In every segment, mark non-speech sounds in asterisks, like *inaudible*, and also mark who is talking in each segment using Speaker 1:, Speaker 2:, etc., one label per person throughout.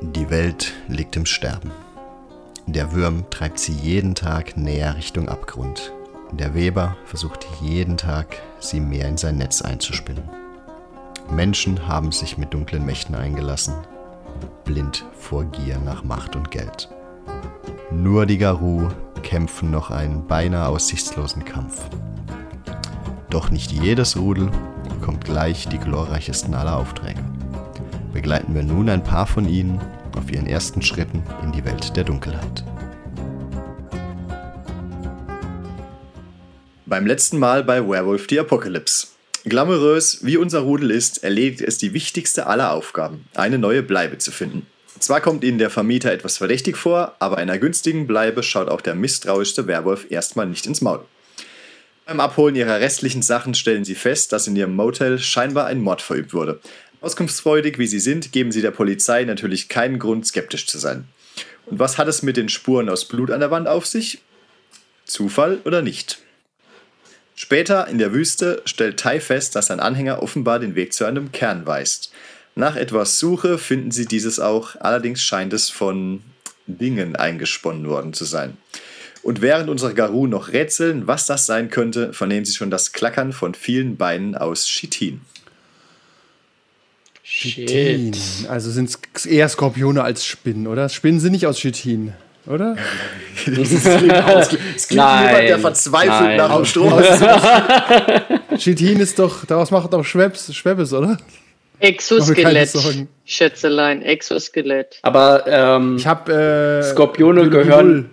Speaker 1: Die Welt liegt im Sterben. Der Würm treibt sie jeden Tag näher Richtung Abgrund. Der Weber versucht jeden Tag, sie mehr in sein Netz einzuspinnen. Menschen haben sich mit dunklen Mächten eingelassen, blind vor Gier nach Macht und Geld. Nur die Garou kämpfen noch einen beinahe aussichtslosen Kampf. Doch nicht jedes Rudel bekommt gleich die glorreichsten aller Aufträge. Begleiten wir nun ein paar von ihnen auf ihren ersten Schritten in die Welt der Dunkelheit.
Speaker 2: Beim letzten Mal bei Werewolf the Apocalypse. Glamourös, wie unser Rudel ist, erledigt es die wichtigste aller Aufgaben, eine neue Bleibe zu finden. Zwar kommt ihnen der Vermieter etwas verdächtig vor, aber einer günstigen Bleibe schaut auch der misstrauischste Werwolf erstmal nicht ins Maul. Beim Abholen ihrer restlichen Sachen stellen sie fest, dass in ihrem Motel scheinbar ein Mord verübt wurde. Auskunftsfreudig wie sie sind, geben sie der Polizei natürlich keinen Grund, skeptisch zu sein. Und was hat es mit den Spuren aus Blut an der Wand auf sich? Zufall oder nicht? Später in der Wüste stellt Tai fest, dass sein Anhänger offenbar den Weg zu einem Kern weist. Nach etwas Suche finden sie dieses auch, allerdings scheint es von Dingen eingesponnen worden zu sein. Und während unsere Garou noch rätseln, was das sein könnte, vernehmen sie schon das Klackern von vielen Beinen aus Chitin. *laughs*
Speaker 3: Chitin. Also sind es eher Skorpione als Spinnen, oder? Spinnen sind nicht aus Chitin, oder?
Speaker 4: *laughs*
Speaker 2: Es klingt, aus, es klingt
Speaker 4: Nein,
Speaker 2: jemand, der verzweifelt
Speaker 4: nein.
Speaker 2: nach dem Strom aus.
Speaker 3: Chitin ist doch, daraus macht doch Schwebs, Schwebes, oder? Aber keine
Speaker 5: Exoskelett,
Speaker 3: Sorgen.
Speaker 5: Schätzelein, Exoskelett.
Speaker 4: Aber ähm,
Speaker 3: Ich habe äh,
Speaker 4: Skorpione
Speaker 3: Dülüdül.
Speaker 4: gehören-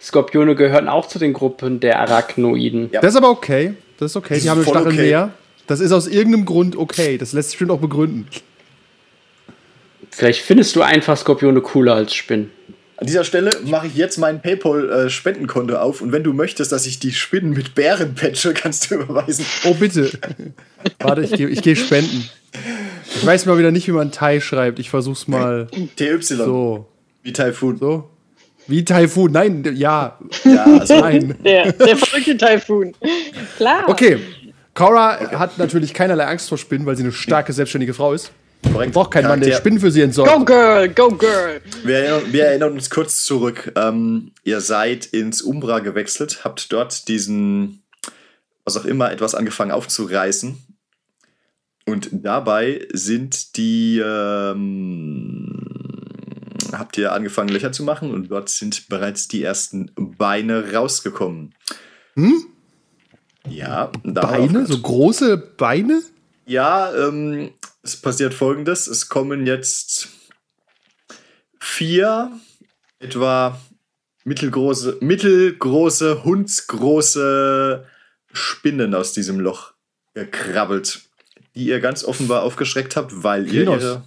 Speaker 4: Skorpione gehören auch zu den Gruppen der Arachnoiden.
Speaker 2: Ja.
Speaker 3: Das ist aber okay. Das ist okay.
Speaker 2: Das
Speaker 3: Die
Speaker 2: ist
Speaker 3: haben eine
Speaker 2: voll
Speaker 3: Stachel
Speaker 2: okay.
Speaker 3: mehr. Das ist aus irgendeinem Grund okay. Das lässt sich bestimmt auch begründen.
Speaker 4: Vielleicht findest du einfach Skorpione cooler als Spinnen.
Speaker 2: *laughs* An dieser Stelle mache ich jetzt mein PayPal-Spendenkonto auf und wenn du möchtest, dass ich die Spinnen mit Bären patche, *laughs* kannst du überweisen.
Speaker 3: Oh, bitte. Warte, ich gehe ich geh spenden. Ich weiß mal wieder nicht, wie man Thai schreibt. Ich versuch's mal
Speaker 2: TY,
Speaker 3: so.
Speaker 2: wie Typhoon.
Speaker 3: So. Wie Taifun. Nein, ja,
Speaker 2: Ja, also,
Speaker 3: *laughs* nein.
Speaker 5: *laughs* Der, der verrückte Taifun. Klar.
Speaker 3: Okay. Cora hat natürlich keinerlei Angst vor Spinnen, weil sie eine starke, selbstständige Frau ist.
Speaker 2: korrekt.
Speaker 3: Braucht kein Mann, der
Speaker 2: Charakter-
Speaker 3: Spinnen für sie
Speaker 5: Go
Speaker 3: entsorgt.
Speaker 5: Girl, go Girl.
Speaker 2: Wir erinnern, wir erinnern uns kurz zurück. Ähm, ihr seid ins Umbra gewechselt, habt dort diesen, was auch immer, etwas angefangen aufzureißen. Und dabei sind die, ähm, habt ihr angefangen Löcher zu machen und dort sind bereits die ersten Beine rausgekommen. Hm? Ja, da
Speaker 3: Beine? So große Beine?
Speaker 2: ja, ähm, es passiert folgendes: Es kommen jetzt vier etwa mittelgroße, mittelgroße, hundsgroße Spinnen aus diesem Loch gekrabbelt, die ihr ganz offenbar aufgeschreckt habt, weil ihr,
Speaker 3: Kinos.
Speaker 2: ihre,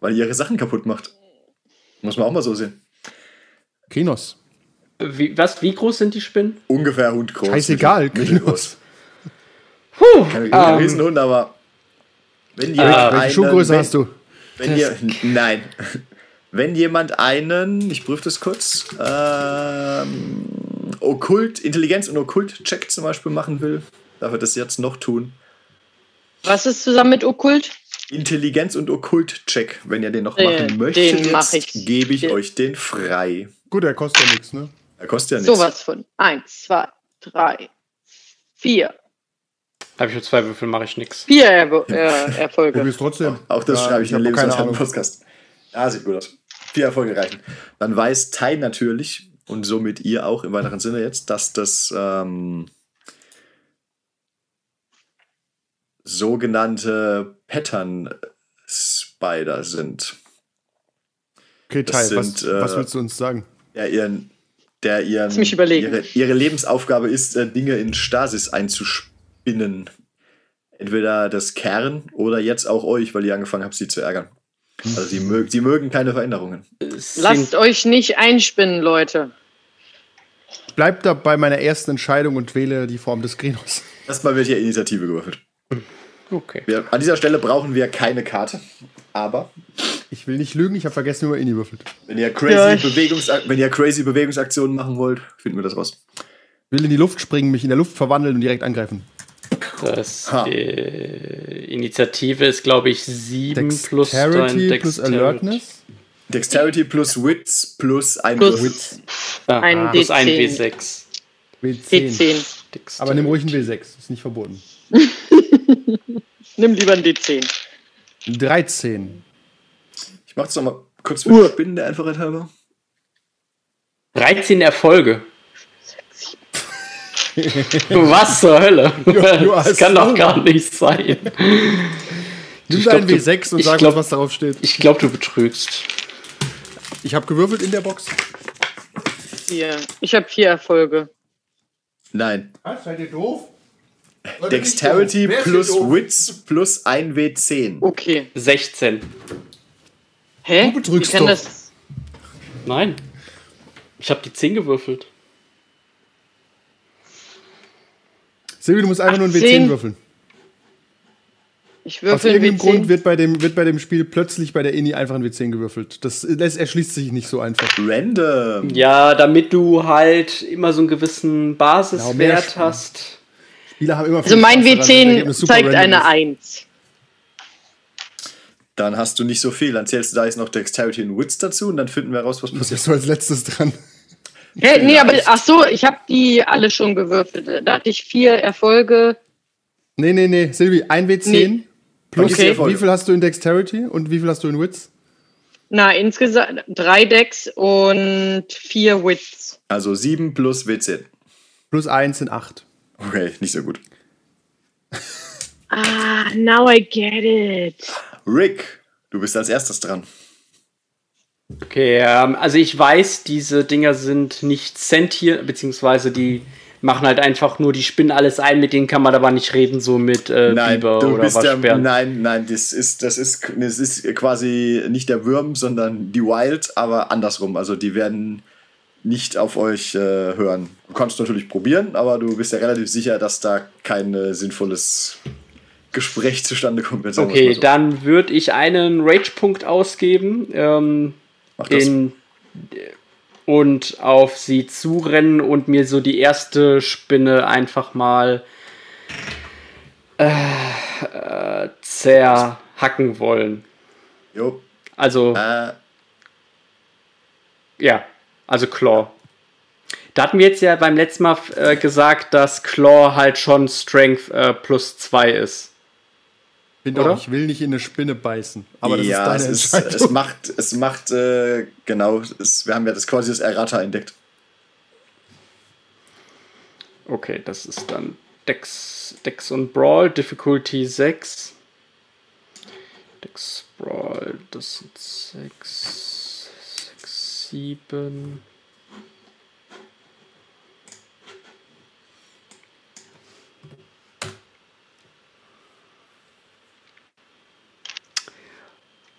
Speaker 2: weil ihr ihre Sachen kaputt macht. Muss man auch mal so sehen.
Speaker 3: Kinos.
Speaker 4: Wie, was, wie groß sind die Spinnen?
Speaker 2: Ungefähr hundgroß.
Speaker 3: Scheißegal,
Speaker 2: mittel- mittelgroß.
Speaker 4: Puh,
Speaker 2: Kein kein
Speaker 4: ähm,
Speaker 2: Riesenhund, aber wenn ihr
Speaker 4: Ah,
Speaker 3: Welche
Speaker 2: einen-
Speaker 3: Schuhgröße
Speaker 2: wenn-
Speaker 3: hast du?
Speaker 2: Wenn ihr, *laughs* nein. Wenn jemand einen, ich prüfe das kurz, ähm, Okkult, Intelligenz und Okkult-Check zum Beispiel machen will, darf er das jetzt noch tun.
Speaker 5: Was ist zusammen mit Okkult?
Speaker 2: Intelligenz und Okkult-Check, wenn ihr den noch
Speaker 5: Äh,
Speaker 2: machen möchtet,
Speaker 5: den mach ich.
Speaker 2: gebe ich
Speaker 5: Den-
Speaker 2: euch den frei.
Speaker 3: Gut, der kostet ja nichts, ne?
Speaker 2: Er kostet ja nichts.
Speaker 5: Sowas von. Eins, zwei, drei, vier.
Speaker 4: habe ich nur zwei Würfel, mache ich nix.
Speaker 5: Vier Erwo- äh, Erfolge.
Speaker 3: Probier's trotzdem.
Speaker 2: Auch das
Speaker 3: Ja,
Speaker 2: schreibe ich
Speaker 3: hab
Speaker 2: in
Speaker 3: auch keine Ahnung.
Speaker 2: Lebensanfang-Podcast. Ja, sieht gut aus. Viel Erfolge reichen. Dann weiß Tai natürlich und somit ihr auch im weiteren Sinne jetzt, dass das ähm, sogenannte Pattern Spider sind,
Speaker 3: Okay,
Speaker 2: Das
Speaker 3: Tai, was,
Speaker 2: sind, äh,
Speaker 3: was willst du uns sagen?
Speaker 2: der ihren, der ihren
Speaker 5: Lass mich überlegen.
Speaker 2: Ihre, ihre Lebensaufgabe ist, äh, Dinge in Stasis einzuspinnen. Entweder das Kern oder jetzt auch euch, weil ihr angefangen habt, sie zu ärgern. Also sie, mög, sie mögen keine Veränderungen.
Speaker 5: Lasst
Speaker 4: Sind,
Speaker 5: euch nicht einspinnen, Leute.
Speaker 3: Ich bleib da bei meiner ersten Entscheidung und wähle die Form des Grinos.
Speaker 2: Erstmal wird hier Initiative gewürfelt.
Speaker 4: okay.
Speaker 2: Wir, an dieser Stelle brauchen wir keine Karte. Aber
Speaker 3: *laughs* Ich will nicht lügen, ich habe vergessen, wie man Indie würfelt.
Speaker 2: wenn ihr crazy,
Speaker 5: Ja, ich-
Speaker 2: Bewegungs- wenn ihr crazy Bewegungsaktionen machen wollt, finden wir das raus.
Speaker 3: Will in die Luft springen, mich in der Luft verwandeln und direkt angreifen.
Speaker 4: Das
Speaker 2: Ha.
Speaker 4: äh, Initiative ist, glaube ich, 7 plus dein
Speaker 3: Dexterity plus
Speaker 4: Dexterity.
Speaker 3: Alertness.
Speaker 2: Dexterity plus Wits plus ein
Speaker 5: Plus-
Speaker 2: Witz.
Speaker 4: Ah,
Speaker 5: Ein
Speaker 4: plus ein
Speaker 5: D10.
Speaker 4: W6.
Speaker 5: E
Speaker 3: W10.
Speaker 5: D10.
Speaker 4: Dexter.
Speaker 3: Aber nimm ruhig einen W6, ist nicht verboten.
Speaker 5: Nimm lieber ein D10.
Speaker 3: 13.
Speaker 2: Ich mach's nochmal kurz mit
Speaker 5: Uhr.
Speaker 2: Spinnen der Einfachheit halber.
Speaker 4: 13
Speaker 3: *laughs*
Speaker 4: Erfolge. Was zur Hölle? *laughs*
Speaker 3: du
Speaker 4: das
Speaker 3: hast
Speaker 4: kann doch
Speaker 3: so-
Speaker 4: gar nicht sein.
Speaker 3: Nimm
Speaker 4: Ich
Speaker 3: deinen
Speaker 4: glaub, du-
Speaker 3: W6 und
Speaker 4: ich
Speaker 3: sag
Speaker 4: glaub-
Speaker 3: uns, was darauf steht.
Speaker 4: Ich glaube, du betrügst.
Speaker 3: Ich habe gewürfelt in der Box.
Speaker 5: Vier. Ich habe vier Erfolge.
Speaker 2: Nein.
Speaker 3: Was? Seid ihr doof?
Speaker 2: Dexterity plus Wits plus ein W10.
Speaker 5: Okay.
Speaker 4: 16.
Speaker 5: Hä?
Speaker 3: Du betrügst
Speaker 5: Wie kann
Speaker 3: doch.
Speaker 5: das?
Speaker 4: Nein. Ich habe die 10 gewürfelt.
Speaker 3: Silvi, du musst einfach nur ein W10
Speaker 5: 18.
Speaker 3: würfeln.
Speaker 5: Ich
Speaker 3: Aus
Speaker 5: würfel
Speaker 3: irgendeinem
Speaker 5: ein
Speaker 3: Grund
Speaker 5: W10.
Speaker 3: wird bei, dem, wird bei dem Spiel plötzlich bei der Ini einfach ein W10 gewürfelt. Das, das erschließt sich nicht so einfach.
Speaker 2: Random.
Speaker 4: Ja, damit du halt immer so einen gewissen
Speaker 3: Genau, mehr
Speaker 4: Basiswert
Speaker 3: Spiel.
Speaker 4: hast.
Speaker 3: Spieler haben immer
Speaker 5: Also
Speaker 3: viel
Speaker 5: mein
Speaker 3: Spaß daran, wenn das
Speaker 5: W10
Speaker 3: Ergebnis super
Speaker 5: zeigt
Speaker 3: random
Speaker 5: eine
Speaker 3: ist.
Speaker 5: 1.
Speaker 2: Dann hast du nicht so viel. Dann zählst du da jetzt noch Dexterity und Wits dazu und dann finden wir raus, was
Speaker 3: Das
Speaker 2: passiert.
Speaker 3: ist so als letztes dran.
Speaker 5: Hä? Nee, aber
Speaker 2: Vielleicht.
Speaker 5: ach so, ich habe die alle schon gewürfelt. Da hatte ich vier Erfolge.
Speaker 3: Nee, nee, nee. Silvi, ein W10
Speaker 5: Nee.
Speaker 3: plus
Speaker 5: Okay.
Speaker 3: wie viel hast du in Dexterity und wie viel hast du in Wits?
Speaker 5: Na, insgesamt drei Decks und vier Wits.
Speaker 2: Also 7 plus W10.
Speaker 3: Plus 1 sind 8.
Speaker 2: Okay, nicht so gut.
Speaker 5: Ah, now I get it.
Speaker 2: Rick, du bist als erstes dran.
Speaker 4: Okay, ähm, also ich weiß, diese Dinger sind nicht sentient, beziehungsweise die machen halt einfach nur, die spinnen alles ein, mit denen kann man aber nicht reden, so mit äh,
Speaker 2: Nein,
Speaker 4: Biber
Speaker 2: du
Speaker 4: oder
Speaker 2: bist der,
Speaker 4: Waschbären.
Speaker 2: nein, nein, das ist, das ist, das ist quasi nicht der Würm, sondern die Wild, aber andersrum. Also die werden nicht auf euch äh, hören. Du kannst natürlich probieren, aber du bist ja relativ sicher, dass da kein äh, sinnvolles Gespräch zustande kommt. Jetzt sagen wir es
Speaker 4: okay,
Speaker 2: mal so.
Speaker 4: dann würde ich einen Rage-Punkt ausgeben ähm,
Speaker 2: Mach das.
Speaker 4: in, und auf sie zurennen und mir so die erste Spinne einfach mal äh, äh, zerhacken wollen.
Speaker 2: Jo.
Speaker 4: Also.
Speaker 2: Äh,
Speaker 4: Ja, also Claw. Da hatten wir jetzt ja beim letzten Mal äh, gesagt, dass Claw halt schon Strength äh, plus 2 ist.
Speaker 3: Bin
Speaker 4: Oder?
Speaker 3: doch, ich will nicht in eine Spinne beißen. Aber das
Speaker 2: ja,
Speaker 3: ist deine
Speaker 2: es, ist,
Speaker 3: Entscheidung.
Speaker 2: es macht, es macht, äh, genau, es, wir haben ja das quasi das Errata entdeckt.
Speaker 4: Okay, das ist dann Dex, Dex und Brawl, Difficulty 6. Dex, Brawl, das sind 6, 6, 7.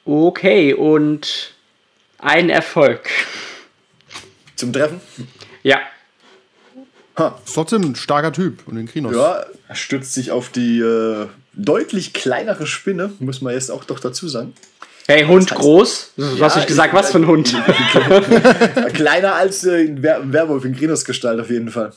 Speaker 4: Okay, und ein Erfolg.
Speaker 2: Zum Treffen?
Speaker 4: Ja,
Speaker 3: ist trotzdem ein starker Typ und den Krinos.
Speaker 2: Ja, er stützt sich auf die äh, deutlich kleinere Spinne, muss man jetzt auch doch
Speaker 3: *laughs*
Speaker 2: dazu sagen.
Speaker 4: Hey, Hund
Speaker 2: heißt-
Speaker 4: groß? Du hast
Speaker 2: Ja,
Speaker 4: nicht gesagt,
Speaker 2: ich-
Speaker 4: was für ein Hund.
Speaker 2: Kleiner als äh, ein Wer Werwolf in Grinos Gestalt auf jeden Fall.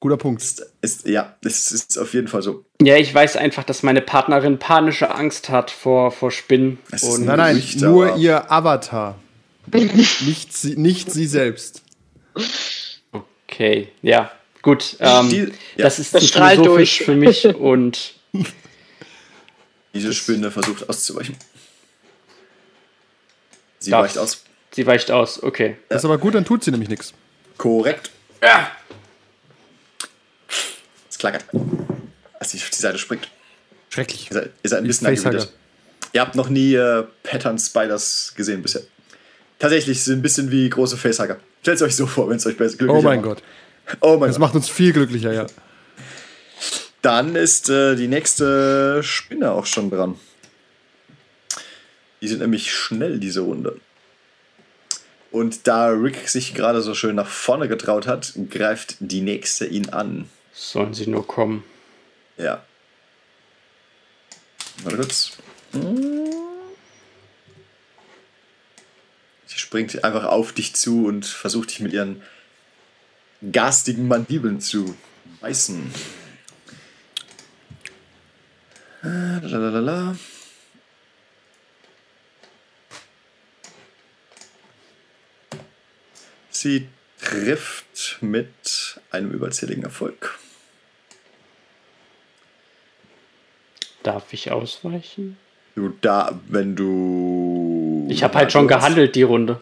Speaker 3: Guter Punkt.
Speaker 2: Ist, ist, ja, es ist auf jeden Fall so.
Speaker 4: ja, ich weiß einfach, dass meine Partnerin panische Angst hat vor, vor Spinnen.
Speaker 2: Es ist
Speaker 4: Und
Speaker 3: Oh, Nein, nein,
Speaker 2: Nicht,
Speaker 3: nur
Speaker 2: aber-
Speaker 3: ihr Avatar. nicht, sie, nicht sie selbst.
Speaker 4: okay, ja, gut. Ähm,
Speaker 2: Die- ja.
Speaker 4: Das ist
Speaker 5: Das
Speaker 4: zu
Speaker 5: strahlt
Speaker 4: philosophisch
Speaker 5: durch.
Speaker 4: für
Speaker 5: *laughs*
Speaker 4: mich und
Speaker 2: Diese Spinne versucht auszuweichen. Sie
Speaker 4: Darf-
Speaker 2: weicht aus.
Speaker 4: sie weicht aus. Okay.
Speaker 3: Das ist aber gut, dann tut sie nämlich nichts.
Speaker 2: Korrekt. Es klackert. Als sie auf die Seite springt.
Speaker 3: Schrecklich.
Speaker 2: Ihr seid, ihr seid ein
Speaker 3: Die
Speaker 2: bisschen
Speaker 3: Facehugger.
Speaker 2: angewidert. Ihr habt noch nie äh, Pattern Spiders gesehen bisher. Tatsächlich sind ein bisschen wie große Facehugger. Stellt es euch so vor, wenn es euch besser glücklich
Speaker 3: Oh mein Gott.
Speaker 2: Oh mein
Speaker 3: Das
Speaker 2: Gott.
Speaker 3: macht uns viel glücklicher, ja.
Speaker 2: Dann ist äh, die nächste Spinne auch schon dran. Die sind nämlich schnell, diese Runde. Und da Rick sich gerade so schön nach vorne getraut hat, greift die nächste ihn an.
Speaker 4: Sollen sie nur kommen.
Speaker 2: Ja. Warte kurz. Sie springt einfach auf dich zu und versucht dich mit ihren garstigen Mandibeln zu beißen. Äh, Lalalala. Sie trifft mit einem überzähligen Erfolg.
Speaker 4: Darf ich ausweichen?
Speaker 2: Du da, wenn du.
Speaker 4: Ich habe halt schon
Speaker 2: gehandelt.
Speaker 4: gehandelt die Runde.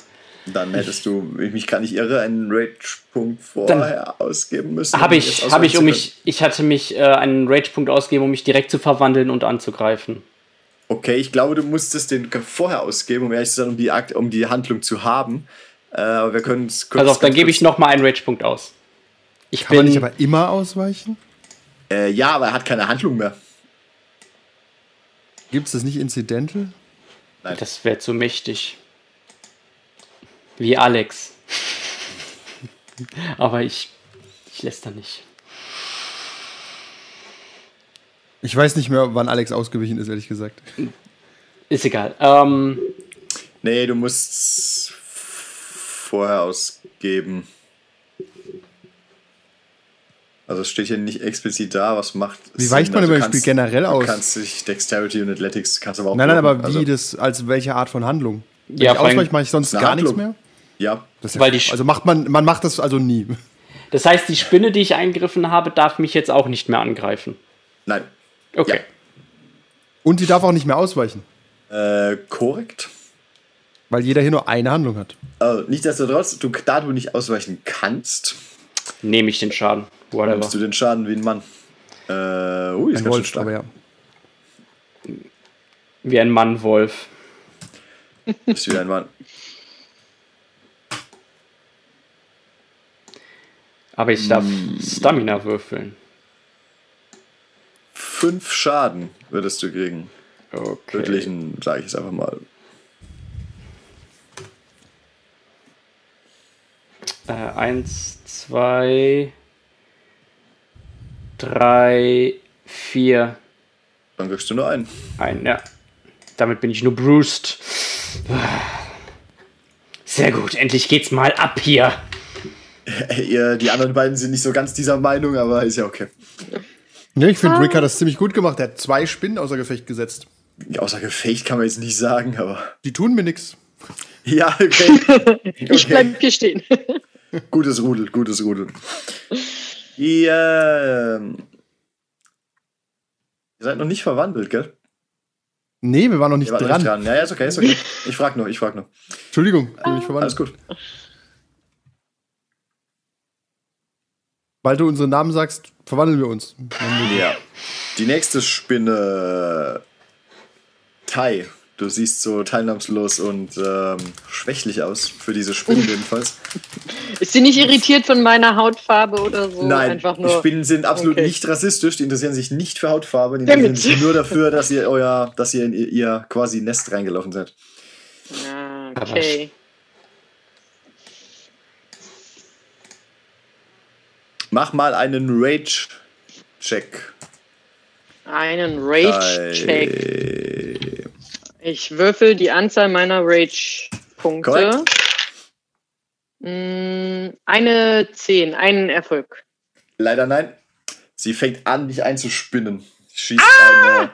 Speaker 2: Dann hättest du, wenn ich mich gerade nicht irre, einen Rage-Punkt vorher ausgeben müssen. um
Speaker 4: Habe
Speaker 2: jetzt
Speaker 4: ich,
Speaker 2: auswählen
Speaker 4: habe ich,
Speaker 2: zu
Speaker 4: um
Speaker 2: können.
Speaker 4: mich, ich hatte mich äh, einen Rage-Punkt ausgegeben, um mich direkt zu verwandeln und anzugreifen.
Speaker 2: Okay, ich glaube, du musstest den vorher ausgeben, um ehrlich zu sein, um die, Akt, um die Handlung zu haben. Äh, aber wir können es kurz.
Speaker 4: Pass auf, Also, dann
Speaker 2: ganz
Speaker 4: gebe
Speaker 2: kurz-
Speaker 4: ich nochmal einen Rage-Punkt aus. Ich
Speaker 3: Kann man
Speaker 4: bin.
Speaker 3: nicht aber immer ausweichen?
Speaker 2: Äh, ja, aber er hat keine Handlung mehr.
Speaker 3: Gibt es das nicht incidental?
Speaker 4: das wäre zu mächtig. Wie Alex. *laughs* aber ich, ich lässt da nicht.
Speaker 3: Ich weiß nicht mehr, wann Alex ausgewichen ist, ehrlich gesagt.
Speaker 4: Ist egal. Ähm,
Speaker 2: Nee, du musst vorher ausgeben. Also es steht hier nicht explizit da, was macht.
Speaker 3: Wie weicht man
Speaker 2: also
Speaker 3: über das Spiel
Speaker 2: kannst-
Speaker 3: generell aus?
Speaker 2: Du kannst dich Dexterity und Athletics, kannst aber auch.
Speaker 3: Nein, nein,
Speaker 2: blocken.
Speaker 3: aber wie
Speaker 2: Also,
Speaker 3: das, als welche Art von Handlung? Wenn
Speaker 4: Ja,
Speaker 3: ich
Speaker 4: vor allem-
Speaker 3: ausweiche, mache ich sonst
Speaker 2: Eine
Speaker 3: gar nichts
Speaker 2: Handlung.
Speaker 3: mehr?
Speaker 2: Ja,
Speaker 3: Das
Speaker 4: Weil die Sch-
Speaker 3: also macht man, man macht das also nie.
Speaker 4: das heißt, die Spinne, die ich eingegriffen habe, darf mich jetzt auch nicht mehr angreifen.
Speaker 2: nein.
Speaker 4: Okay.
Speaker 3: Und die darf auch nicht mehr ausweichen,
Speaker 2: Äh, korrekt.
Speaker 3: weil jeder hier nur eine Handlung hat.
Speaker 2: Also, nichtsdestotrotz, du, da du nicht ausweichen kannst,
Speaker 4: Nehme ich den Schaden. Whatever.
Speaker 2: nimmst du den Schaden wie ein Mann. Äh, ui, ist
Speaker 3: Ein
Speaker 2: ganz schön
Speaker 3: Wolf,
Speaker 2: stark.
Speaker 3: aber ja.
Speaker 4: Wie ein Mann-Wolf.
Speaker 2: Ist wieder ein Mann.
Speaker 4: Aber ich darf
Speaker 2: Mm.
Speaker 4: Stamina würfeln.
Speaker 2: Fünf Schaden würdest du kriegen.
Speaker 4: Okay.
Speaker 2: Tödlichen, sage ich es einfach mal.
Speaker 4: Äh, eins, zwei, drei, vier.
Speaker 2: Dann kriegst du nur einen.
Speaker 4: Ein, ja. Damit bin ich nur bruised. Sehr gut, endlich geht's mal ab hier.
Speaker 2: Ihr, die anderen beiden sind nicht so ganz dieser Meinung, aber ist ja okay.
Speaker 3: Ne, ich finde, Rick hat das ziemlich gut gemacht. Er hat zwei Spinnen außer Gefecht gesetzt.
Speaker 2: Außer gefaked kann man jetzt nicht sagen, aber. *laughs*
Speaker 3: Die tun mir nichts.
Speaker 2: Ja, okay.
Speaker 5: *laughs* Ich bleib hier stehen. *laughs*
Speaker 2: Gutes Rudel, gutes Rudel. Ihr, ähm, ihr seid noch nicht verwandelt, gell?
Speaker 3: Nee, wir waren noch nicht,
Speaker 2: Ihr wart noch
Speaker 3: dran.
Speaker 2: nicht dran. Ja, ja, ist okay, ist okay. Ich frag nur, ich frag nur.
Speaker 3: Entschuldigung, bin nicht
Speaker 2: Alles
Speaker 3: verwandt.
Speaker 2: gut.
Speaker 3: Bald du unseren Namen sagst, verwandeln wir uns.
Speaker 2: Ja. Die nächste Spinne. Tai. Du siehst so teilnahmslos und ähm, schwächlich aus für diese Spinne jedenfalls.
Speaker 5: Ist sie nicht irritiert von meiner Hautfarbe oder so?
Speaker 2: Nein,
Speaker 5: Einfach
Speaker 2: die
Speaker 5: nur.
Speaker 2: Spinnen sind absolut
Speaker 5: Okay.
Speaker 2: nicht rassistisch. Die interessieren sich nicht für Hautfarbe. Die
Speaker 5: Damit.
Speaker 2: interessieren sich nur dafür, dass ihr euer, dass ihr in ihr, ihr quasi Nest reingelaufen seid.
Speaker 5: Ah, okay.
Speaker 2: Mach mal einen Rage-Check.
Speaker 5: Einen Rage-Check.
Speaker 2: Tai.
Speaker 5: Ich würfel die Anzahl meiner Rage-Punkte.
Speaker 2: Korrekt.
Speaker 5: Mm, Eine 10, einen Erfolg.
Speaker 2: Leider nein. Sie fängt an, dich einzuspinnen. Schießt
Speaker 3: Ah!
Speaker 2: eine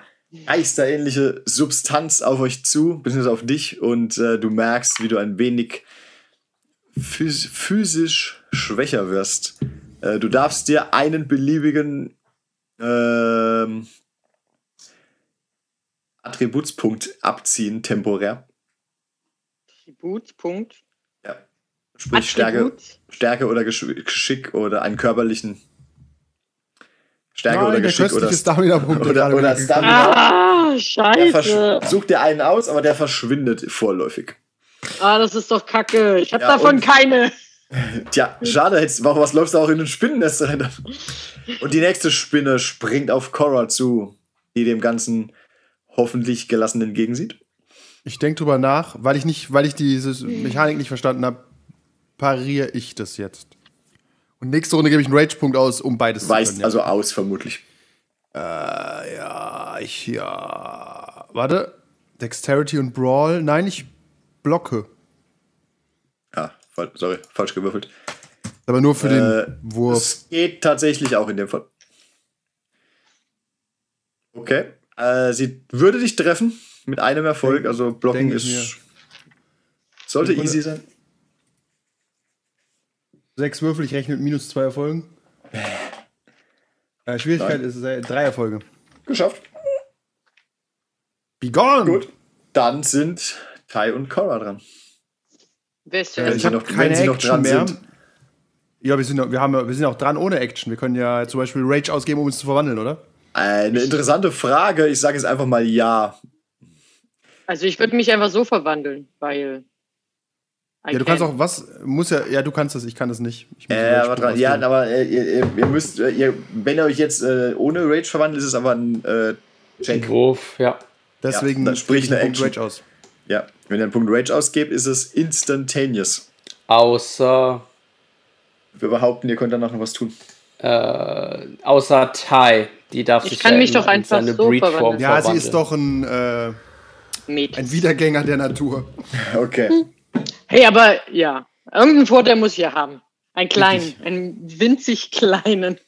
Speaker 2: geisterähnliche Substanz auf euch zu, beziehungsweise auf dich, und äh, du merkst, wie du ein wenig phys physisch schwächer wirst. Äh, du darfst dir einen beliebigen ähm, Attributspunkt abziehen, temporär.
Speaker 5: Tributspunkt.
Speaker 2: Sprich Stärke, Stärke oder Gesch Geschick oder einen körperlichen. Stärke oder
Speaker 3: der
Speaker 2: Geschick oder
Speaker 3: köstliche
Speaker 2: *laughs*
Speaker 3: Stamina-Punkt. der
Speaker 2: oder,
Speaker 3: gerade
Speaker 2: oder
Speaker 3: weggegangen
Speaker 2: Stamina.
Speaker 5: Ah,
Speaker 2: Der
Speaker 5: scheiße.
Speaker 2: versch- sucht dir einen aus, aber der verschwindet vorläufig.
Speaker 5: Ah, das ist doch kacke. Ich hab
Speaker 2: Ja,
Speaker 5: davon
Speaker 2: und-
Speaker 5: keine.
Speaker 2: Tja,
Speaker 3: Hm.
Speaker 2: schade, hättest, warum was läufst du auch in den Spinnennest rein? Und die nächste Spinne springt auf Cora zu, die dem Ganzen hoffentlich gelassen entgegensieht.
Speaker 3: ist. Ich denke drüber nach, weil ich nicht, weil ich diese Mechanik nicht verstanden habe, pariere ich das jetzt. Und nächste Runde gebe ich einen Rage-Punkt aus, um beides
Speaker 2: Weißt
Speaker 3: zu können.
Speaker 2: also aus, vermutlich.
Speaker 3: ja. Ich, ja. Warte. Dexterity und Brawl. Nein, ich blocke.
Speaker 2: Ja, fa- sorry, falsch gewürfelt.
Speaker 3: Aber nur für
Speaker 2: Äh,
Speaker 3: den Wurf.
Speaker 2: Es geht tatsächlich auch in dem Fall. Okay. Äh, sie würde dich treffen mit einem Erfolg, also blocken
Speaker 3: denk ich
Speaker 2: ist.
Speaker 3: mir.
Speaker 2: Sollte easy sein.
Speaker 3: Sechs Würfel, ich rechne mit minus zwei Erfolgen. Äh, Schwierigkeit
Speaker 2: Nein.
Speaker 3: ist äh, drei Erfolge.
Speaker 2: Geschafft.
Speaker 3: Be gone!
Speaker 2: Gut. Hm. Dann sind Tai und Cora dran.
Speaker 5: Wer ist
Speaker 3: Äh,
Speaker 5: zuerst?
Speaker 3: ich
Speaker 2: sie
Speaker 3: habe
Speaker 2: noch-
Speaker 3: keine
Speaker 2: wenn sie noch
Speaker 3: Action
Speaker 2: dran
Speaker 3: mehr.
Speaker 2: sind.
Speaker 3: Ja, wir sind, noch- wir, haben, ja- wir sind auch dran ohne Action. Wir können ja zum Beispiel Rage ausgeben, um uns zu verwandeln, oder?
Speaker 2: Eine interessante Frage. Ich sage jetzt einfach mal ja.
Speaker 5: Also ich würde mich einfach so verwandeln, weil. I
Speaker 3: ja, du kannst
Speaker 5: can.
Speaker 3: auch was, muss ja, ja, du kannst das, ich kann das nicht. Ich muss
Speaker 2: Äh,
Speaker 3: Rage
Speaker 2: aber dran.
Speaker 3: ausgeben.
Speaker 2: Ja, aber äh, ihr, ihr- ihr müsst, äh, ihr, wenn ihr euch jetzt äh, ohne Rage verwandelt, ist es aber ein äh, Check.
Speaker 4: Wurf, ja.
Speaker 3: Deswegen
Speaker 2: dann sprich
Speaker 3: gebe ich
Speaker 2: eine
Speaker 3: einen Punkt Rage aus.
Speaker 2: Ja. Wenn ihr einen Punkt Rage ausgebt, ist es instantaneous.
Speaker 4: Außer,
Speaker 2: Wir behaupten, ihr könnt danach noch was tun. *laughs*
Speaker 4: äh, außer Tai. Die darf
Speaker 5: Ich
Speaker 4: sich
Speaker 5: kann
Speaker 4: ja
Speaker 5: mich
Speaker 4: in-
Speaker 5: doch
Speaker 4: in
Speaker 5: einfach
Speaker 4: seine
Speaker 5: so
Speaker 4: Breedform
Speaker 5: verwandeln.
Speaker 3: Ja, sie
Speaker 4: verwandeln.
Speaker 3: ist doch ein, äh,
Speaker 5: Mädchen.
Speaker 3: ein Wiedergänger der Natur.
Speaker 2: Okay.
Speaker 5: Hey, aber ja, irgendeinen Vorteil muss ich ja haben. Einen kleinen, einen winzig kleinen.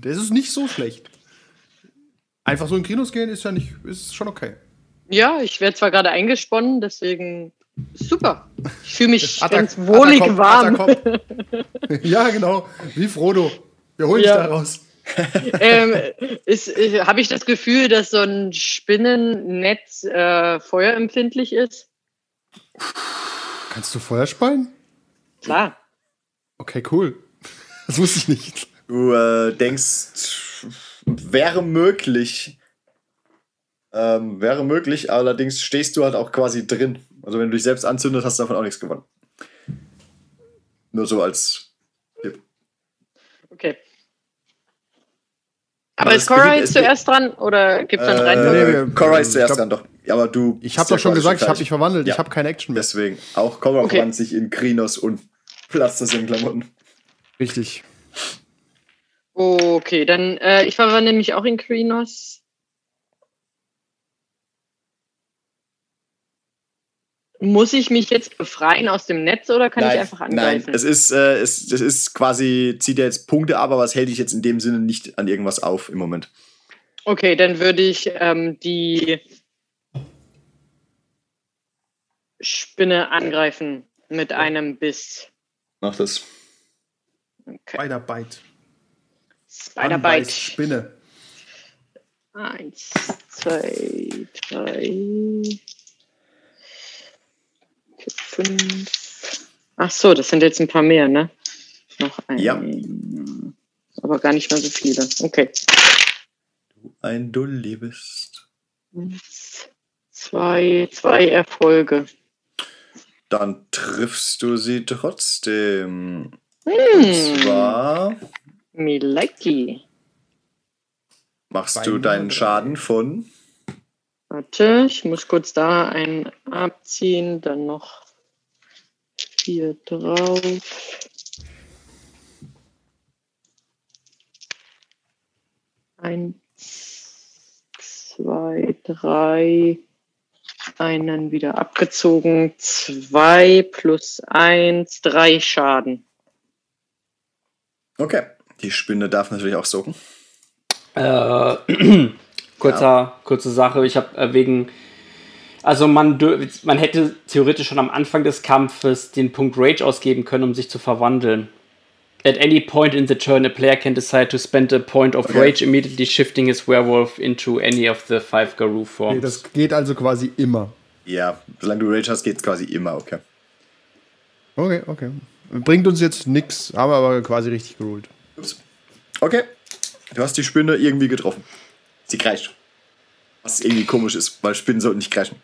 Speaker 3: das ist nicht so schlecht. Einfach so in Kinos gehen ist ja nicht, ist schon okay.
Speaker 5: Ja, ich werde zwar gerade eingesponnen, deswegen ist super. Ich
Speaker 3: *laughs*
Speaker 5: fühle mich
Speaker 3: Atta-
Speaker 5: ganz wohlig
Speaker 3: Atta kommt,
Speaker 5: warm.
Speaker 3: Atta kommt. *laughs* ja, genau. Wie Frodo. Wir holen
Speaker 5: Ja.
Speaker 3: dich da raus.
Speaker 5: *laughs* ähm, ist, äh, Habe ich das Gefühl, dass so ein Spinnennetz äh, feuerempfindlich ist?
Speaker 3: Kannst du Feuer speien?
Speaker 5: Klar.
Speaker 3: Okay, cool. *laughs* Das wusste ich nicht.
Speaker 2: Du äh, denkst, wäre möglich. Ähm, wäre möglich, allerdings stehst du halt auch quasi drin. Also wenn du dich selbst anzündest, hast du davon auch nichts gewonnen. Nur so als.
Speaker 5: Okay. Aber
Speaker 2: Aber
Speaker 5: ist
Speaker 2: es
Speaker 5: Cora
Speaker 2: beginnt-
Speaker 5: jetzt
Speaker 2: es
Speaker 5: zuerst dran oder gibt es dann drei Tore?
Speaker 3: nee,
Speaker 2: Äh,
Speaker 3: wir-
Speaker 2: Cora ist
Speaker 3: ich
Speaker 2: zuerst
Speaker 3: glaub-
Speaker 2: dran, doch. Ja, Aber du.
Speaker 3: Ich
Speaker 2: bist
Speaker 3: habe
Speaker 2: ja
Speaker 3: doch schon
Speaker 2: quasi
Speaker 3: gesagt, ich habe
Speaker 2: fertig.
Speaker 3: mich verwandelt.
Speaker 2: Ja.
Speaker 3: Ich habe keine Action mehr.
Speaker 2: Deswegen, auch Cora
Speaker 5: Okay.
Speaker 2: verwandelt sich in Krinos und platzt das in Klamotten.
Speaker 3: Richtig.
Speaker 5: Okay, dann äh, ich war nämlich auch in Krinos. Muss ich mich jetzt befreien aus dem Netz oder kann ich einfach
Speaker 2: nein,
Speaker 5: angreifen?
Speaker 2: es ist, äh, es, es ist quasi, zieht ja jetzt Punkte ab, aber es hält dich jetzt in dem Sinne nicht an irgendwas auf im Moment.
Speaker 5: okay, dann würde ich ähm, die Spinne angreifen mit einem Biss.
Speaker 2: Mach das.
Speaker 5: Okay.
Speaker 3: Spider Bite.
Speaker 5: Spider
Speaker 3: Anbeiß,
Speaker 5: Bite.
Speaker 3: Spinne.
Speaker 5: Eins, zwei, drei. vier, Fünf. Ach so, das sind jetzt ein paar mehr, ne? Noch ein.
Speaker 2: Ja.
Speaker 5: Aber gar nicht mehr so viele. Okay.
Speaker 2: Ein Dulli bist.
Speaker 5: Eins, Zwei, zwei Erfolge.
Speaker 2: Dann triffst du sie trotzdem. Und
Speaker 5: Hm.
Speaker 2: zwar
Speaker 5: Me likey.
Speaker 2: machst
Speaker 3: Zwei
Speaker 2: du deinen
Speaker 3: Minuten.
Speaker 2: Schaden von.
Speaker 5: Warte, ich muss kurz da einen abziehen, dann noch vier drauf. Eins, zwei, drei. Einen wieder abgezogen. Zwei plus eins, drei Schaden.
Speaker 2: Okay. Die Spinne darf natürlich auch socken.
Speaker 4: Äh, kurzer, kurze Sache. Ich habe äh, wegen. Also man, dür- man hätte theoretisch schon am Anfang des Kampfes den Punkt Rage ausgeben können, um sich zu verwandeln. At any point in the turn, a player can decide to spend a point of
Speaker 2: Okay.
Speaker 4: rage immediately shifting his werewolf into any of the five Garou
Speaker 3: Nee,
Speaker 4: forms.
Speaker 3: das geht also quasi immer.
Speaker 2: Ja, solange du Rage hast, geht's quasi immer, okay.
Speaker 3: Okay, okay. Bringt uns jetzt nix, haben wir aber quasi richtig geholt.
Speaker 2: Ups. Okay. Du hast die Spinne irgendwie getroffen. Sie kreischt. Was irgendwie komisch ist, weil Spinnen sollten nicht kreischen.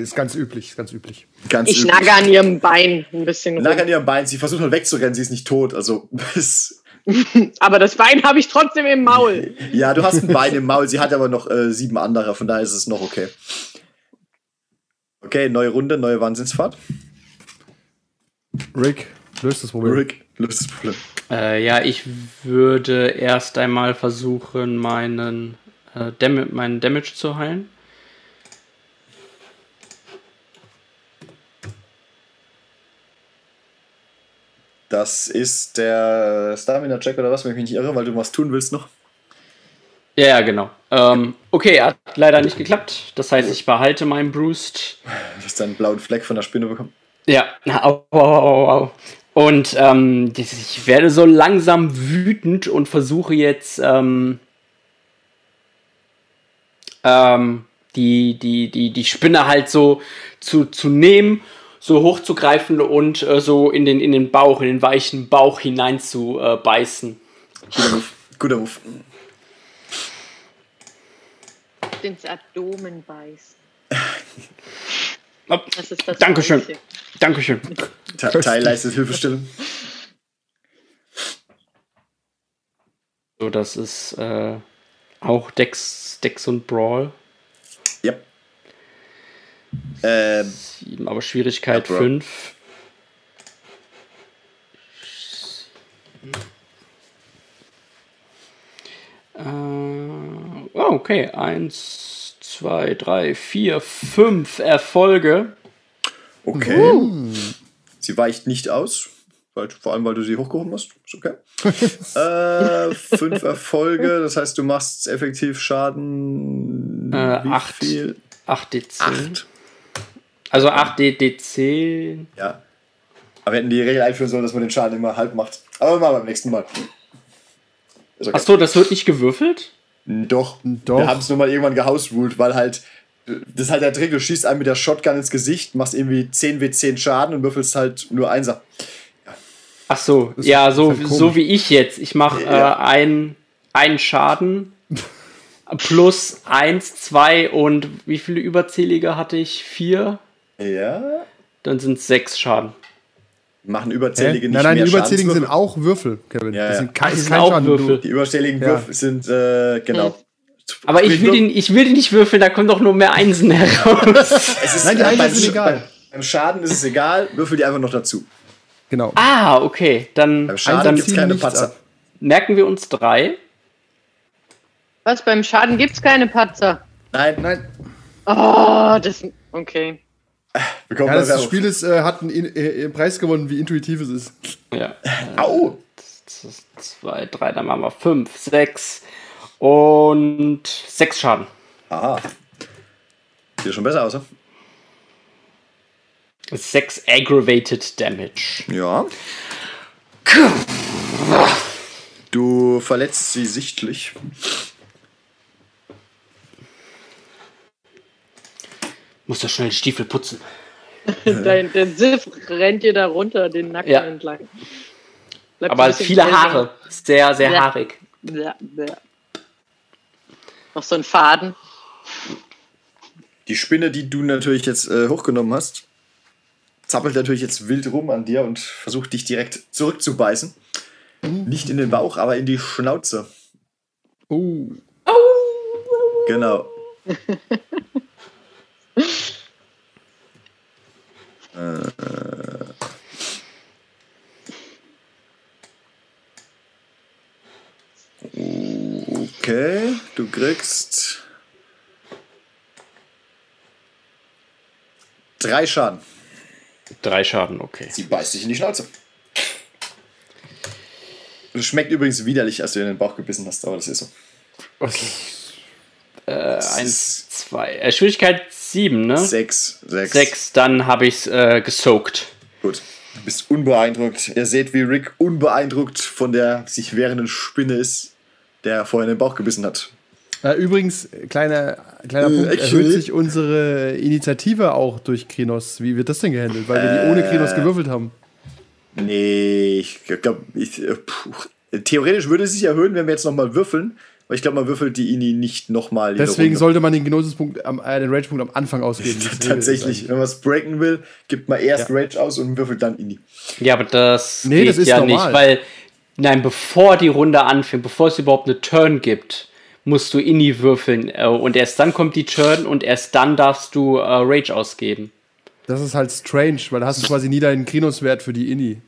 Speaker 3: Ist ganz üblich, ist ganz üblich.
Speaker 2: Ganz
Speaker 5: Ich
Speaker 2: üblich.
Speaker 5: nagge an ihrem Bein ein bisschen rum.
Speaker 2: Nagel an ihrem Bein. Sie versucht halt wegzurennen. Sie ist nicht tot. Also, *laughs* es-
Speaker 5: Aber das Bein habe ich trotzdem im Maul.
Speaker 2: ja, du hast ein Bein im Maul. Sie hat aber noch äh, sieben andere. Von daher ist es noch okay. Okay, neue Runde, neue Wahnsinnsfahrt.
Speaker 3: Rick, löst das Problem.
Speaker 2: Rick, löst das Problem.
Speaker 4: Äh, ja, ich würde erst einmal versuchen, meinen, äh, Dam meinen Damage zu heilen.
Speaker 2: Das ist der Stamina-Check oder was, wenn ich mich nicht irre, weil du was tun willst noch.
Speaker 4: Ja, ja, genau. Ähm, okay, hat leider nicht geklappt. Das heißt, ich behalte meinen Bruised.
Speaker 2: Du hast einen blauen Fleck von der Spinne bekommen.
Speaker 4: Ja, au, au, au, au. Und ähm, das- ich werde so langsam wütend und versuche jetzt ähm, ähm, die, die, die, die Spinne halt so zu, zu nehmen, so hochzugreifen und äh, so in den, in den Bauch, in den weichen Bauch hinein zu äh, beißen.
Speaker 2: Guter Move. Guter Move.
Speaker 5: ins Abdomen beißt.
Speaker 4: Hopp.
Speaker 5: Das ist das
Speaker 4: Dankeschön.
Speaker 5: Weiche.
Speaker 4: Dankeschön.
Speaker 2: Ta- Teil leistet Hilfestellung.
Speaker 4: So, das ist äh, auch Dex, Dex und Brawl.
Speaker 2: Ja. Ähm,
Speaker 4: Sieben, aber Schwierigkeit
Speaker 2: Ja, Bro.
Speaker 4: 5. Äh, oh, okay, 1, 2, 3, 4, 5 Erfolge.
Speaker 2: okay.
Speaker 3: Uh.
Speaker 2: Sie weicht nicht aus. Weil, vor allem, weil du sie hochgehoben hast. Ist okay.
Speaker 3: *laughs*
Speaker 2: äh, fünf Erfolge, das heißt, du machst effektiv Schaden.
Speaker 4: Äh, acht.
Speaker 2: Viel?
Speaker 4: 8 D10.
Speaker 3: Mhm.
Speaker 2: Acht.
Speaker 4: Also 8 D D10.
Speaker 2: Ja. Aber wir hätten die Regel einführen sollen, dass man den Schaden immer halb macht. Aber machen wir beim nächsten Mal. Ist okay.
Speaker 4: Achso, das wird nicht gewürfelt?
Speaker 2: Doch.
Speaker 3: Doch.
Speaker 2: Wir haben es nur mal irgendwann gehausruled, weil halt. äh, Das ist halt der Trick, du schießt einem mit der Shotgun ins Gesicht, machst irgendwie 10 W10 Schaden und würfelst halt nur Einser.
Speaker 4: Ach so, ja, so,
Speaker 3: ist halt komisch.
Speaker 4: so wie ich jetzt. Ich mache
Speaker 2: Ja.
Speaker 4: äh, ein, einen Schaden plus eins, zwei und wie viele Überzählige hatte ich? Vier?
Speaker 2: Ja.
Speaker 4: Dann sind es sechs Schaden.
Speaker 2: Machen
Speaker 3: Hä?
Speaker 2: Überzählige nicht
Speaker 3: Nein, nein, die
Speaker 2: mehr
Speaker 3: Überzähligen sind
Speaker 2: Schadenswürfel.
Speaker 3: auch Würfel, Kevin.
Speaker 2: Ja,
Speaker 3: Das
Speaker 2: ja.
Speaker 3: sind kein,
Speaker 4: Ach, das
Speaker 3: ist
Speaker 4: sind
Speaker 3: kein
Speaker 4: auch
Speaker 3: Schaden.
Speaker 4: Würfel.
Speaker 2: Die überstelligen
Speaker 3: Ja.
Speaker 2: Würfel sind, äh, genau.
Speaker 4: Aber ich will, den, ich will den nicht würfeln, da kommen doch nur mehr Einsen heraus.
Speaker 2: Es ist,
Speaker 3: Nein, die
Speaker 2: äh,
Speaker 3: Einsen
Speaker 2: beim
Speaker 3: sind
Speaker 2: Sch-
Speaker 3: egal.
Speaker 2: Beim Schaden ist es egal, würfel die einfach noch dazu.
Speaker 3: Genau.
Speaker 4: ah, okay. Dann,
Speaker 2: Beim Schaden
Speaker 4: dann
Speaker 2: gibt es
Speaker 3: ziehen
Speaker 2: keine
Speaker 3: nichts
Speaker 2: Patzer.
Speaker 3: ab.
Speaker 4: merken wir uns drei.
Speaker 5: Was, beim Schaden gibt es keine Patzer?
Speaker 2: Nein, nein.
Speaker 3: Nein,
Speaker 5: Oh, das... Okay.
Speaker 2: Wir kommen
Speaker 3: ja, das,
Speaker 2: nachher
Speaker 3: das
Speaker 2: auf.
Speaker 3: Spiel ist, äh, hat einen in- äh, Preis gewonnen, wie intuitiv es ist.
Speaker 4: Ja.
Speaker 2: Au!
Speaker 4: Das ist zwei, drei, dann machen wir fünf, sechs und sechs Schaden.
Speaker 2: Aha. Sieht schon besser aus, ne? oder?
Speaker 4: Sechs Aggravated Damage.
Speaker 2: Ja. Du verletzt sie sichtlich.
Speaker 4: Muss ja schnell die Stiefel putzen.
Speaker 5: *laughs* Dein, der Sif rennt dir da runter den Nacken
Speaker 4: Ja.
Speaker 5: entlang. Bleibt ein
Speaker 4: Aber
Speaker 5: bisschen
Speaker 4: viele
Speaker 5: stehen.
Speaker 4: Haare. Sehr, sehr
Speaker 5: Ja.
Speaker 4: haarig.
Speaker 5: Ja, ja. Noch so ein Faden.
Speaker 2: Die Spinne, die du natürlich jetzt äh, hochgenommen hast, zappelt natürlich jetzt wild rum an dir und versucht dich direkt zurückzubeißen.
Speaker 3: Mhm.
Speaker 2: Nicht in den Bauch, aber in die Schnauze.
Speaker 3: Oh.
Speaker 2: Genau. äh, okay, du kriegst drei Schaden.
Speaker 4: Drei Schaden, okay.
Speaker 2: Sie beißt dich in die Schnauze. Das schmeckt übrigens widerlich, als du ihr in den Bauch gebissen hast, aber das ist so.
Speaker 4: Äh, eins, zwei. Äh, Schwierigkeit sieben, ne? Sechs.
Speaker 2: Sechs, sechs.
Speaker 4: dann habe ich es äh, gesoakt.
Speaker 2: Gut. Du bist unbeeindruckt. Ihr seht, wie Rick unbeeindruckt von der sich wehrenden Spinne ist, der vorher in den Bauch gebissen hat.
Speaker 3: Äh, übrigens, kleiner, kleiner
Speaker 2: Äh,
Speaker 3: Punkt,
Speaker 2: ich-
Speaker 3: erhöht sich unsere Initiative auch durch Krinos. Wie wird das denn gehandelt? Weil wir die ohne Krinos gewürfelt haben.
Speaker 2: Nee, ich glaube, ich, äh, puh. theoretisch würde es sich erhöhen, wenn wir jetzt nochmal würfeln, aber ich glaube, man würfelt die Ini nicht nochmal.
Speaker 3: Deswegen
Speaker 2: *laughs*
Speaker 3: sollte man den Genosis-Punkt, am, äh, den Rage-Punkt am Anfang ausgeben. Das
Speaker 2: Tatsächlich,
Speaker 3: halt-
Speaker 2: wenn man es breaken will, gibt man erst
Speaker 3: Ja.
Speaker 2: Rage aus und würfelt dann Ini.
Speaker 4: Ja, aber das
Speaker 3: Nee,
Speaker 4: geht
Speaker 3: das ist
Speaker 4: ja
Speaker 3: normal.
Speaker 4: nicht, weil, nein, bevor die Runde anfängt, bevor es überhaupt eine Turn gibt, musst du Inni würfeln. Äh, und erst dann kommt die Turn und erst dann darfst du äh, Rage ausgeben.
Speaker 3: Das ist halt strange, weil da hast du quasi nie deinen Krinos-Wert für die Inni.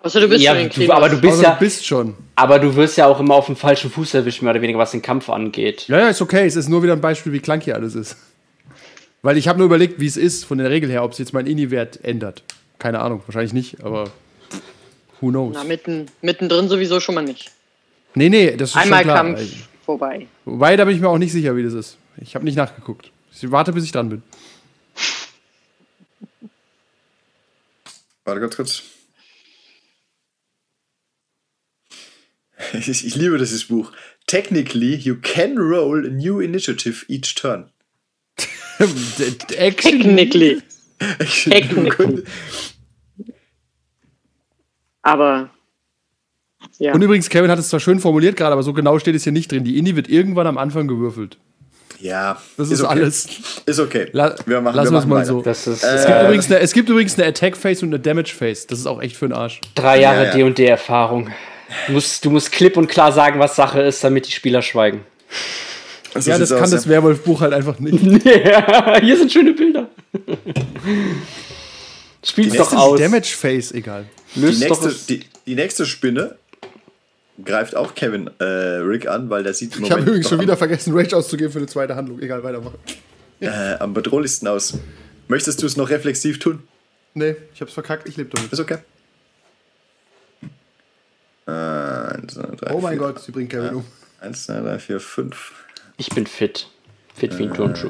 Speaker 5: Außer du bist
Speaker 4: ja,
Speaker 5: schon in
Speaker 4: du, aber du bist
Speaker 3: Außer
Speaker 4: ja,
Speaker 3: du bist schon.
Speaker 4: aber du wirst ja auch immer auf dem falschen Fuß erwischt, mehr oder weniger, was den Kampf angeht.
Speaker 3: Ja, ja, ist okay. Es ist nur wieder ein Beispiel, wie klank hier alles ist. Weil ich habe nur überlegt, wie es ist von der Regel her, ob es jetzt mein Ini-Wert ändert. Keine Ahnung, wahrscheinlich nicht, aber who knows.
Speaker 5: Na, mitten, mittendrin sowieso schon mal nicht.
Speaker 3: Nee, nee, das ist
Speaker 5: Einmal
Speaker 3: schon klar.
Speaker 5: Kampf
Speaker 4: also.
Speaker 5: vorbei.
Speaker 3: Wobei, da bin ich mir auch nicht *laughs* sicher, wie das ist. Ich habe nicht nachgeguckt. Ich warte, bis ich dran bin.
Speaker 2: Warte ganz kurz. *laughs* Ich, ich liebe dieses Buch. Technically, you can roll a new initiative each turn.
Speaker 3: Äh, Action.
Speaker 5: Technically.
Speaker 2: Ich-
Speaker 5: Technically. Aber ja.
Speaker 3: Und übrigens, Kevin hat es zwar schön formuliert gerade, aber so genau steht es hier nicht drin. Die Indie wird irgendwann am Anfang gewürfelt.
Speaker 2: Ja,
Speaker 3: Das ist
Speaker 2: okay.
Speaker 3: alles.
Speaker 2: Ist okay.
Speaker 3: La
Speaker 2: wir machen,
Speaker 3: lassen
Speaker 2: wir
Speaker 3: wir es
Speaker 2: machen
Speaker 3: mal
Speaker 2: weiter.
Speaker 3: so.
Speaker 4: Das ist
Speaker 3: es, gibt
Speaker 4: äh,
Speaker 3: übrigens eine, es gibt übrigens eine Attack-Phase und eine Damage-Phase. Das ist auch echt für den Arsch.
Speaker 4: drei Jahre
Speaker 2: Ja, ja.
Speaker 4: D&D-Erfahrung. Du musst, du musst klipp und klar sagen, was Sache ist, damit die Spieler schweigen. *laughs*
Speaker 2: So
Speaker 3: Ja,
Speaker 2: sieht's
Speaker 3: das kann
Speaker 2: aus,
Speaker 3: das
Speaker 2: ja.
Speaker 3: Werwolf-Buch halt einfach *laughs* nicht.
Speaker 4: Ja, hier sind schöne Bilder. *laughs* Spiel's
Speaker 2: Die
Speaker 4: doch
Speaker 2: nächste
Speaker 4: aus.
Speaker 3: Damage-Phase, egal.
Speaker 2: die,
Speaker 4: Löst doch
Speaker 2: nächste,
Speaker 4: es.
Speaker 2: die, die nächste Spinne greift auch Kevin äh, Rick an, weil der sieht im
Speaker 3: Ich habe
Speaker 2: Moment
Speaker 3: übrigens
Speaker 2: noch
Speaker 3: schon wieder vergessen, Rage auszugeben für eine zweite Handlung. Egal, weitermachen.
Speaker 2: am, äh, am bedrohlichsten aus. Möchtest du es noch reflexiv tun?
Speaker 3: Nee, ich hab's verkackt, ich lebe damit.
Speaker 2: Ist okay. Äh, eins, zwei, drei,
Speaker 3: Oh mein
Speaker 2: vier.
Speaker 3: Gott, sie bringt Kevin um.
Speaker 2: Eins, zwei, drei, vier, fünf.
Speaker 4: Ich bin fit. Fit
Speaker 2: Äh.
Speaker 4: wie ein Turnschuh.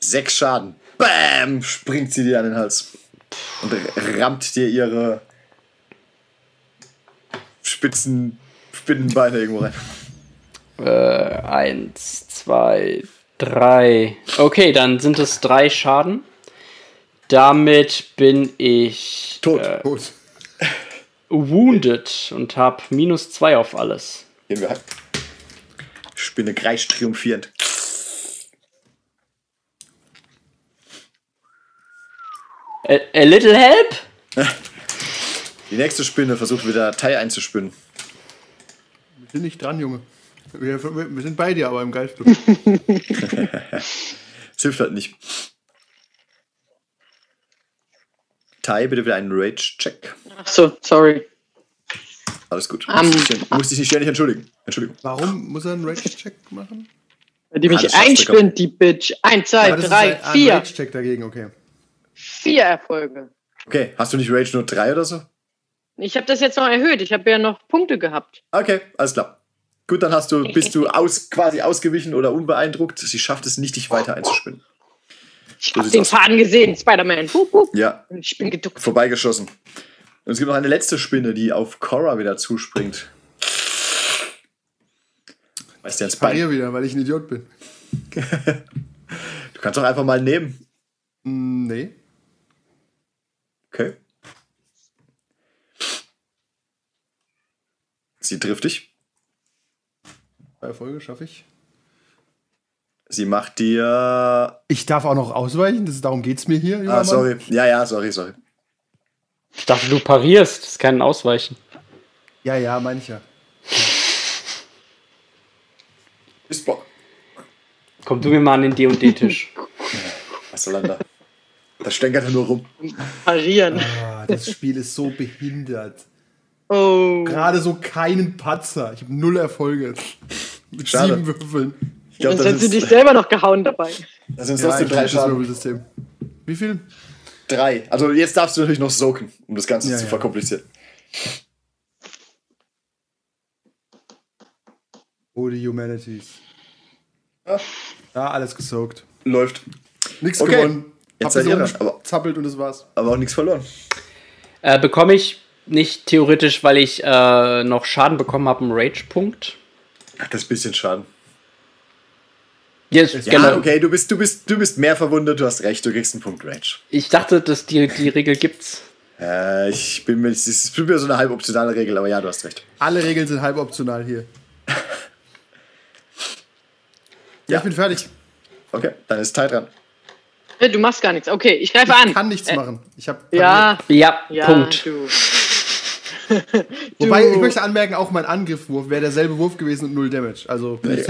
Speaker 2: Sechs Schaden. Bam! Springt sie dir an den Hals. Und rammt dir ihre spitzen Spinnenbeine irgendwo rein.
Speaker 4: Eins, zwei, drei. Okay, dann sind es drei Schaden. Damit bin ich äh,
Speaker 2: Tot.
Speaker 3: Gut.
Speaker 4: wounded und habe minus zwei auf alles.
Speaker 2: Gehen wir heim. Spinne kreischt triumphierend.
Speaker 4: A, a little help?
Speaker 2: Die nächste Spinne versucht wieder Tai einzuspinnen.
Speaker 3: Wir sind nicht dran, Junge. Wir, wir, wir sind bei dir, aber im Geist.
Speaker 2: Es hilft halt nicht. Tai, bitte wieder einen Rage-Check.
Speaker 5: Ach so, sorry.
Speaker 2: Alles gut.
Speaker 5: Am-
Speaker 2: Muss ich nicht- muss ich nicht ständig entschuldigen. Entschuldigung.
Speaker 3: Warum muss er einen Rage-Check machen?
Speaker 5: Die
Speaker 2: Ah, das
Speaker 5: mich
Speaker 2: schaffst du, komm.
Speaker 5: einspinnt, die Bitch. Eins, zwei, drei,
Speaker 3: halt ein,
Speaker 5: vier.
Speaker 3: ein Rage-Check dagegen, okay.
Speaker 5: Vier Erfolge.
Speaker 2: Okay, hast du nicht Rage nur drei oder so?
Speaker 5: Ich habe das jetzt noch erhöht. Ich habe ja noch Punkte gehabt.
Speaker 2: Okay, alles klar. Gut, dann hast du, bist du aus, quasi ausgewichen oder unbeeindruckt. Sie schafft es nicht, dich weiter einzuspinnen.
Speaker 5: Ich
Speaker 2: So
Speaker 5: habe
Speaker 2: sieht's
Speaker 5: den
Speaker 2: aus.
Speaker 5: Faden gesehen, Spider-Man. Hup, hup.
Speaker 2: Ja,
Speaker 5: Ich bin geduckt.
Speaker 2: vorbeigeschossen. Und es gibt noch eine letzte Spinne, die auf Cora wieder zuspringt. Weißt du, ans Bein.
Speaker 3: Parier wieder, weil ich ein Idiot bin.
Speaker 2: Du kannst doch einfach mal nehmen.
Speaker 3: Mm, Nee.
Speaker 2: Okay. Sie trifft dich.
Speaker 3: Zwei Erfolge schaffe ich.
Speaker 2: Sie macht dir.
Speaker 3: Ich darf auch noch ausweichen, das, darum geht's mir hier. junger
Speaker 2: Ah,
Speaker 3: Mann.
Speaker 2: sorry. Ja, ja, sorry, sorry.
Speaker 4: Ich dachte, du parierst. Das kann ein Ausweichen.
Speaker 3: Ja, ja, meine ich ja.
Speaker 2: Ist Bock.
Speaker 4: Komm du mir mal an den
Speaker 2: *laughs*
Speaker 4: D&D-Tisch.
Speaker 2: Was soll denn da? Das stänkert er nur rum.
Speaker 5: Parieren.
Speaker 3: Ah, das Spiel ist so behindert.
Speaker 5: Oh.
Speaker 3: Gerade so keinen Patzer. Ich habe null Erfolge. Mit
Speaker 2: Schade.
Speaker 3: sieben Würfeln.
Speaker 2: Ich glaube,
Speaker 5: Sonst
Speaker 2: das
Speaker 5: hättest du dich
Speaker 2: ist.
Speaker 5: selber noch gehauen dabei.
Speaker 2: Das sind trotzdem drei
Speaker 3: das
Speaker 2: Schaden.
Speaker 3: Würfelsystem. Wie viel?
Speaker 2: Drei. Also jetzt darfst du natürlich noch soaken, um das Ganze
Speaker 3: Ja,
Speaker 2: zu
Speaker 3: ja.
Speaker 2: verkomplizieren.
Speaker 3: Oh, die Humanities. Ja, Ah, alles gesoakt.
Speaker 2: Läuft.
Speaker 3: Nix
Speaker 2: Okay.
Speaker 3: gewonnen.
Speaker 2: Jetzt
Speaker 3: Hab
Speaker 2: seid ihr
Speaker 3: das
Speaker 2: dran, aber-
Speaker 3: umgezappelt und das war's.
Speaker 2: Aber auch nichts verloren.
Speaker 4: Äh, bekomme ich nicht theoretisch, weil ich äh, noch Schaden bekommen habe, einen Rage-Punkt?
Speaker 2: Das ist ein bisschen Schaden.
Speaker 4: Yes,
Speaker 2: Ja,
Speaker 4: genau.
Speaker 2: okay, du bist, du, bist, du bist mehr verwundet, du hast recht, du kriegst einen Punkt Rage.
Speaker 4: Ich dachte, dass die, die Regel gibt's.
Speaker 2: Äh, ich bin mir, es ist es ist mir so eine halb optionale Regel, aber ja, du hast recht.
Speaker 3: Alle Regeln sind halb optional hier. ja,
Speaker 2: Ja.
Speaker 3: ich bin fertig.
Speaker 2: Okay, dann ist Teil dran.
Speaker 5: Hey, Du machst gar nichts. Okay, ich greife
Speaker 3: Ich
Speaker 5: an.
Speaker 3: kann nichts machen. Ich hab
Speaker 5: Ja,
Speaker 4: Ja,
Speaker 5: ja,
Speaker 4: Punkt.
Speaker 5: du.
Speaker 3: Wobei,
Speaker 5: du.
Speaker 3: ich möchte anmerken, auch mein Angriffwurf wäre derselbe Wurf gewesen und null Damage. Also,
Speaker 2: Das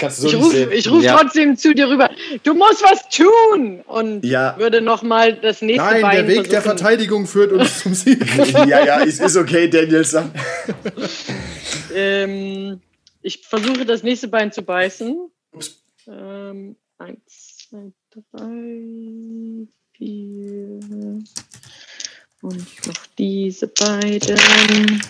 Speaker 2: kannst du
Speaker 5: Ich
Speaker 2: so nicht
Speaker 5: rufe
Speaker 2: sehen.
Speaker 5: ich ruf
Speaker 4: Ja.
Speaker 5: trotzdem zu dir rüber. Du musst was tun! Und
Speaker 2: Ja.
Speaker 5: würde nochmal das nächste
Speaker 3: nein,
Speaker 5: Bein
Speaker 3: der Weg der
Speaker 5: versuchen.
Speaker 3: Verteidigung führt uns zum Sieg.
Speaker 2: *laughs* Ja, ja, es ist okay, Danielson.
Speaker 5: Ähm, ich versuche das nächste Bein zu beißen.
Speaker 2: Ups.
Speaker 5: Ähm, eins, zwei, drei, vier. Und ich mache diese beiden.